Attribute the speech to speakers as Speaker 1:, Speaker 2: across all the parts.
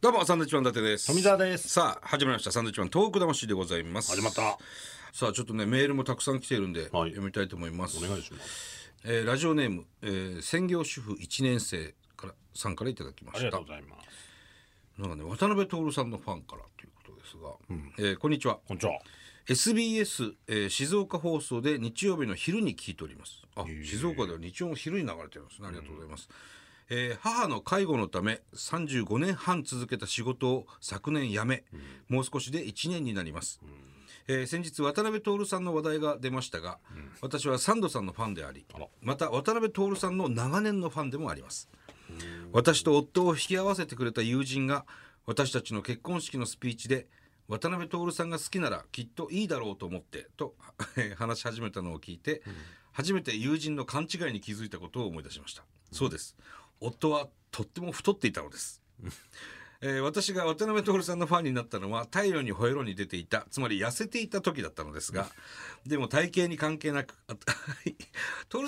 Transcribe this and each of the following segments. Speaker 1: どうも、サンドウィッチマン伊達です。
Speaker 2: 富澤です
Speaker 1: さあ、始まりました。サンドウィッチマントーク魂でございます。
Speaker 2: 始まった。
Speaker 1: さあ、ちょっとね、メールもたくさん来ているんで、
Speaker 2: はい
Speaker 1: 読みたいと思います。
Speaker 2: お願いします。
Speaker 1: えーラジオネーム、えー専業主婦1年生から、さんからいただきま
Speaker 2: あり
Speaker 1: し
Speaker 2: がと
Speaker 1: た
Speaker 2: う。ございます。
Speaker 1: なんかね、渡辺徹さんのファンからということですが、えーこんにちは。
Speaker 2: こんにちは。
Speaker 1: SBS、えー静岡放送で日曜日の昼に聞いております。あ、静岡では日曜の昼に流れてるんですね。ありがとうございます。えー母の介護のため35年半続けた仕事を昨年辞め、もう少しで1年になります。えー先日渡辺徹さんの話題が出ましたが、私はサンドさんのファンであり
Speaker 2: あら
Speaker 1: また渡辺徹さんの長年のファンでもあります私と夫を引き合わせてくれた友人が私たちの結婚式のスピーチで渡辺徹さんが好きならきっといいだろうと思ってと話し始めたのを聞いて、初めて友人の勘違いに気づいたことを思い出しました、そうです夫はとっても太っていたのです えー私が渡辺徹さんのファンになったのは太陽に吠えろに出ていたつまり痩せていた時だったのですがでも体型に関係なくあ徹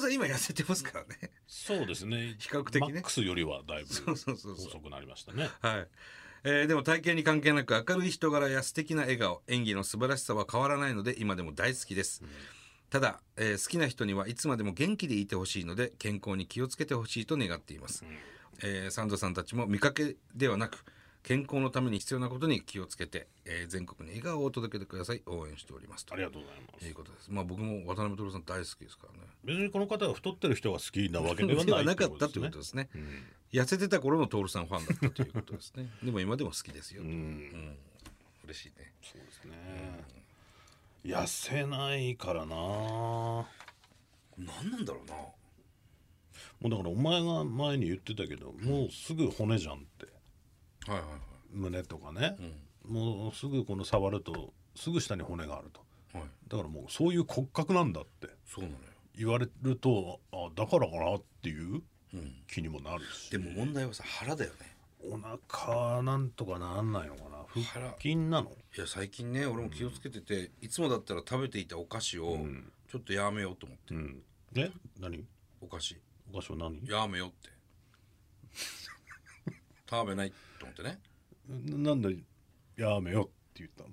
Speaker 1: さん今痩せてますからね
Speaker 2: そうですね。
Speaker 1: 比較的ね
Speaker 2: マックスよりはだいぶ
Speaker 1: そう そうそうそう
Speaker 2: 遅くなりましたね。
Speaker 1: はい、えーでも体型に関係なく明るい人柄や素敵な笑顔演技の素晴らしさは変わらないので今でも大好きです、ただ、えー好きな人にはいつまでも元気でいてほしいので健康に気をつけてほしいと願っています、えーサンドさんたちも見かけではなく健康のために必要なことに気をつけて、えー全国に笑顔を届けてください応援しておりますと
Speaker 2: ありがとうございます。
Speaker 1: いうことですまあ僕も渡辺徹さん大好きですからね
Speaker 2: 別にこの方が太ってる人が好きなわけ で
Speaker 1: で
Speaker 2: は
Speaker 1: は
Speaker 2: な
Speaker 1: な
Speaker 2: い
Speaker 1: かったと
Speaker 2: て
Speaker 1: いう
Speaker 2: こ
Speaker 1: ことと
Speaker 2: で
Speaker 1: ですすね、痩せてた頃の徹さんファンだったということですねでも今でも好きですよ、
Speaker 2: ね。うん。
Speaker 1: 嬉しいね
Speaker 2: そうですね。痩せないからな。も
Speaker 1: 何なんだろうな
Speaker 2: うだからお前が前に言ってたけど、もうすぐ骨じゃんって
Speaker 1: はいはいはい
Speaker 2: 胸とかね。もうすぐこの触るとすぐ下に骨があると。
Speaker 1: はい
Speaker 2: だからもうそういう骨格なんだって。
Speaker 1: そうなのよ
Speaker 2: 言われるとあだからかなっていう
Speaker 1: うん
Speaker 2: 気にもなるし
Speaker 1: でも問題はさ腹だよね
Speaker 2: お腹なんとかならないのかな
Speaker 1: 腹
Speaker 2: 腹筋なの
Speaker 1: いや最近ね俺も気をつけてて、いつもだったら食べていたお菓子を
Speaker 2: ん
Speaker 1: ちょっとやめようと思って、
Speaker 2: うんえ何
Speaker 1: お菓子
Speaker 2: お菓子は何
Speaker 1: やめようって食べないと思ってね
Speaker 2: ななんでやめよって言ったの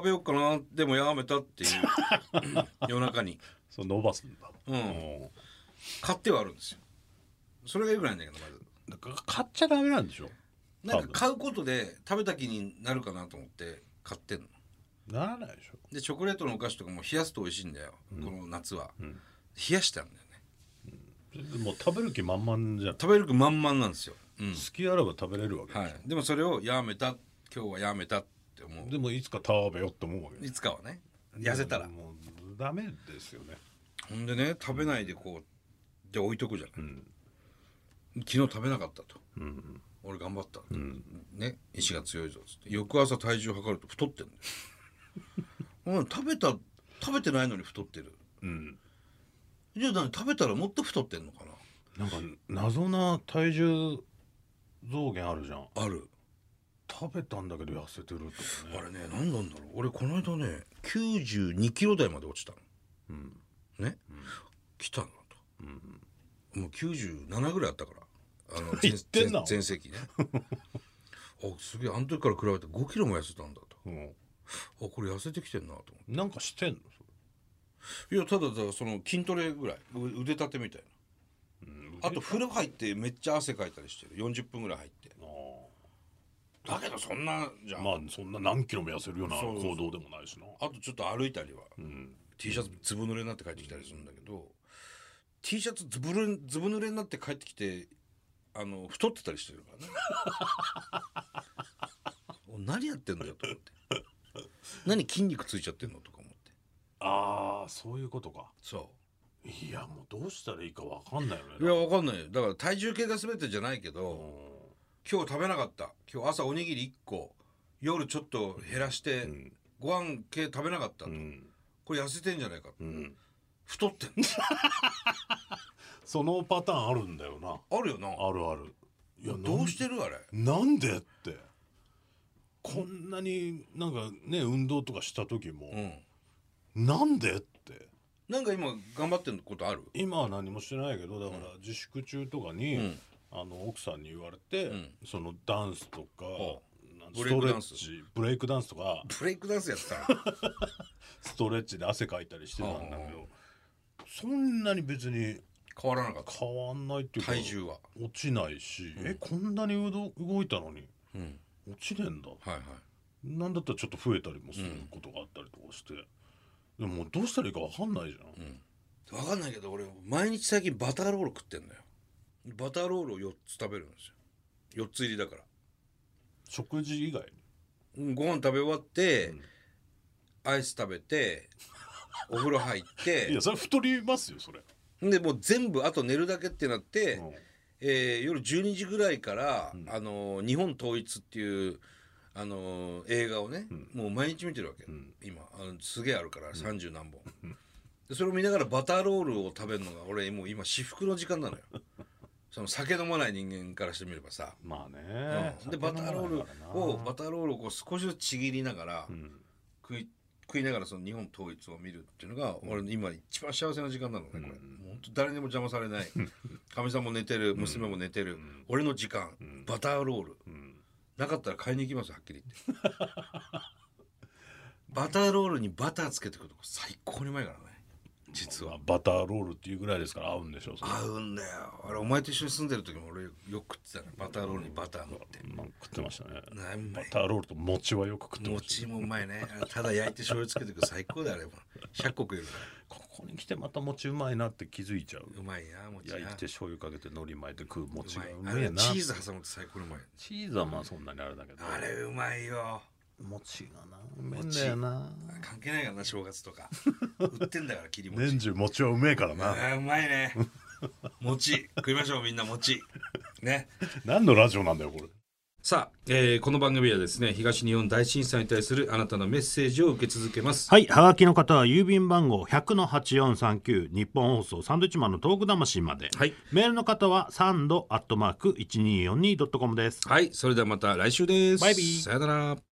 Speaker 1: 食べようかなでもやめた っていううん夜中に
Speaker 2: そう伸ばすんだ
Speaker 1: うん
Speaker 2: お
Speaker 1: 買ってはあるんですよそれがよくないんだけどまず
Speaker 2: ーだから買っちゃダメなんでしょ
Speaker 1: なんか買うことで食べた気になるかなと思って買ってんの
Speaker 2: ならないでしょ
Speaker 1: でチョコレートのお菓子とかも冷やすと美味しいんだよ、この夏は、
Speaker 2: ん
Speaker 1: 冷やしたんだよね
Speaker 2: それでもう食べる気満々じゃん好
Speaker 1: 食べる気満々なんですよ、うん
Speaker 2: きあれば食べれるわけでしょ、
Speaker 1: はい、でもそれをやめた今日はやめたって思う
Speaker 2: でもいつか食べようって思うわけで
Speaker 1: い
Speaker 2: し
Speaker 1: つかはね
Speaker 2: ょ
Speaker 1: 痩せたら
Speaker 2: もうダメですよね
Speaker 1: ほんでね食べないでこうで置いとくじゃない、
Speaker 2: ん
Speaker 1: 昨日食べなかったと
Speaker 2: うん
Speaker 1: 俺頑張った、ね意志が強いぞっつって翌朝体重測ると太ってんだよ お前食べた食べてないのに太ってる
Speaker 2: うん
Speaker 1: じゃあ何食べたらもっと太ってんのかな
Speaker 2: なんか謎な体重増減あるじゃん
Speaker 1: ある
Speaker 2: 食べたんだけど痩せてるとかね
Speaker 1: あれね何なんだろう俺この間ね92キロ台まで落ちたの
Speaker 2: うん
Speaker 1: ね、来たなと
Speaker 2: うん
Speaker 1: もう97ぐらいあったから あの
Speaker 2: 言ってんな
Speaker 1: 全全盛期ね あすげえあの時から比べて5キロも痩せたんだと
Speaker 2: う
Speaker 1: あ
Speaker 2: ん
Speaker 1: これ痩せてきてんなと思っ
Speaker 2: なんかしてんのそ
Speaker 1: ていやただただその筋トレぐらいう腕立てみたい
Speaker 2: れ、うん、
Speaker 1: なあと風呂入ってめっちゃ汗かいたりしてる40分ぐらい入ってだけどそんなじゃん、
Speaker 2: まあそんな何キロも痩せるような
Speaker 1: そうそう
Speaker 2: 行動でもないしな
Speaker 1: あとちょっと歩いたりは
Speaker 2: うん
Speaker 1: T シャツずぶ濡れになって帰ってきたりするんだけど、T シャツずぶ濡れずぶ濡れになって帰ってきてあの太ってたりしてるからね お何やってんだよと思って何筋肉ついちゃってんのとか思って
Speaker 2: ああそういうことか
Speaker 1: そ
Speaker 2: いやもうどうしたらいいかわかんないよね
Speaker 1: ういやわかんないよだから体重計が全てじゃないけ
Speaker 2: う
Speaker 1: ど
Speaker 2: ん
Speaker 1: 今日食べなかった今日朝おにぎり1個夜ちょっと減らして、
Speaker 2: ん
Speaker 1: ご飯系食べなかった、
Speaker 2: うん、
Speaker 1: これ痩せてんじゃないか
Speaker 2: うん、
Speaker 1: 太ってん
Speaker 2: そのパターンあるんだよな
Speaker 1: のあるよな
Speaker 2: あるあるいや
Speaker 1: どうしててるあれ
Speaker 2: なんでってこんなになんかね運動とかした時も、
Speaker 1: うん
Speaker 2: なんでって
Speaker 1: なんか今頑張ってることある
Speaker 2: 今は何もしてないけどだから自粛中とかに、
Speaker 1: うん
Speaker 2: あの奥さんに言われて、
Speaker 1: うん
Speaker 2: そのダンスとか
Speaker 1: ほ
Speaker 2: なん
Speaker 1: ブ
Speaker 2: ス
Speaker 1: レイ
Speaker 2: ト
Speaker 1: ク
Speaker 2: レ
Speaker 1: ダ
Speaker 2: ッ
Speaker 1: ンス
Speaker 2: チブレイクダンスとか
Speaker 1: ブレイクダンスやってた の
Speaker 2: ストレッチで汗かいたりしてたんだけ
Speaker 1: は
Speaker 2: どそんなに別に
Speaker 1: 変わらなかった
Speaker 2: 変わんないっていうか
Speaker 1: 体重は、
Speaker 2: 落ちないし、
Speaker 1: うん
Speaker 2: えこんなにうど動いたのに
Speaker 1: うん、
Speaker 2: 落ちねえんだ
Speaker 1: はいはい
Speaker 2: なんだったらちょっと増えたりもすることがあったりとかして、でももうどうしたらいいか分かんないじゃん、
Speaker 1: 分かんないけど俺毎日最近バターロール食ってんだよバターロールを4つ食べるんですよ4つ入りだから
Speaker 2: 食事以外に
Speaker 1: うんご飯食べ終わって、
Speaker 2: うん
Speaker 1: アイス食べ てお風呂入っ
Speaker 2: い
Speaker 1: て
Speaker 2: やそれ太りますよそれ、
Speaker 1: でもう全部あと寝るだけってなって、
Speaker 2: うん
Speaker 1: えー夜12時ぐらいから、
Speaker 2: ん
Speaker 1: あのー日本統一」っていう、あのー映画をね、
Speaker 2: ん
Speaker 1: もう毎日見てるわけ、
Speaker 2: ん
Speaker 1: 今あのすげえあるから30何本、でそれを見ながらバターロールを食べるのが俺もう今至福の時間なのよその酒飲まない人間からしてみればさ、
Speaker 2: まあね、
Speaker 1: うんでバターロールをバターロールをこう少しずつちぎりながら、
Speaker 2: うん
Speaker 1: 食い食いながらその日本統一を見るっていうのが俺の今一番幸せな時間なのねこれ、もう本当誰にも邪魔されないかみさんも寝てる娘も寝てる、俺の時間、バターロール
Speaker 2: うん
Speaker 1: なかったら買いに行きますはっきり言って バターロールにバターつけてくるとこ最高にうまいからね実は
Speaker 2: まあバターロールっていうぐらいですから合うんでしょうそれ
Speaker 1: 合うんだよあれお前と一緒に住んでる時も俺よく食ってたねバターロールにバター乗って、
Speaker 2: まあ、食ってましたね
Speaker 1: なうま
Speaker 2: バ
Speaker 1: い
Speaker 2: ターロールと餅はよく食ってまし
Speaker 1: 餅
Speaker 2: た
Speaker 1: もうまいねあれただ焼いて醤油つけてくる最高だよあれも100個食えるか
Speaker 2: ここに来てまた餅うまいなって気づいちゃう
Speaker 1: らうまいな餅な
Speaker 2: 焼いて醤油かけて海苔巻いて食う餅がう
Speaker 1: うまいあ
Speaker 2: めえ
Speaker 1: れ
Speaker 2: な
Speaker 1: チーズ挟むと最高にうまい
Speaker 2: チーズはまあそんなにあれだけど
Speaker 1: あれうまいよ
Speaker 2: 餅がなうめえんだよな
Speaker 1: 関係ないからな正月とか売ってんだから切り餅
Speaker 2: 年中餅はうめえから
Speaker 1: あ
Speaker 2: な
Speaker 1: ーうまいね餅食いましょうみんな餅ね
Speaker 2: 何のラジオなんだよこれ
Speaker 1: さあ、えーこの番組はですね東日本大震災に対するあなたのメッセージを受け続けます
Speaker 3: はい、はがきの方は郵便番号100-8439日本放送サンドイッチマンのトーク魂まで、
Speaker 1: はい、
Speaker 3: メールの方はサンドアットマーク 1242.com です。
Speaker 1: はい、それではまた来週です
Speaker 3: バイビー
Speaker 1: さよなら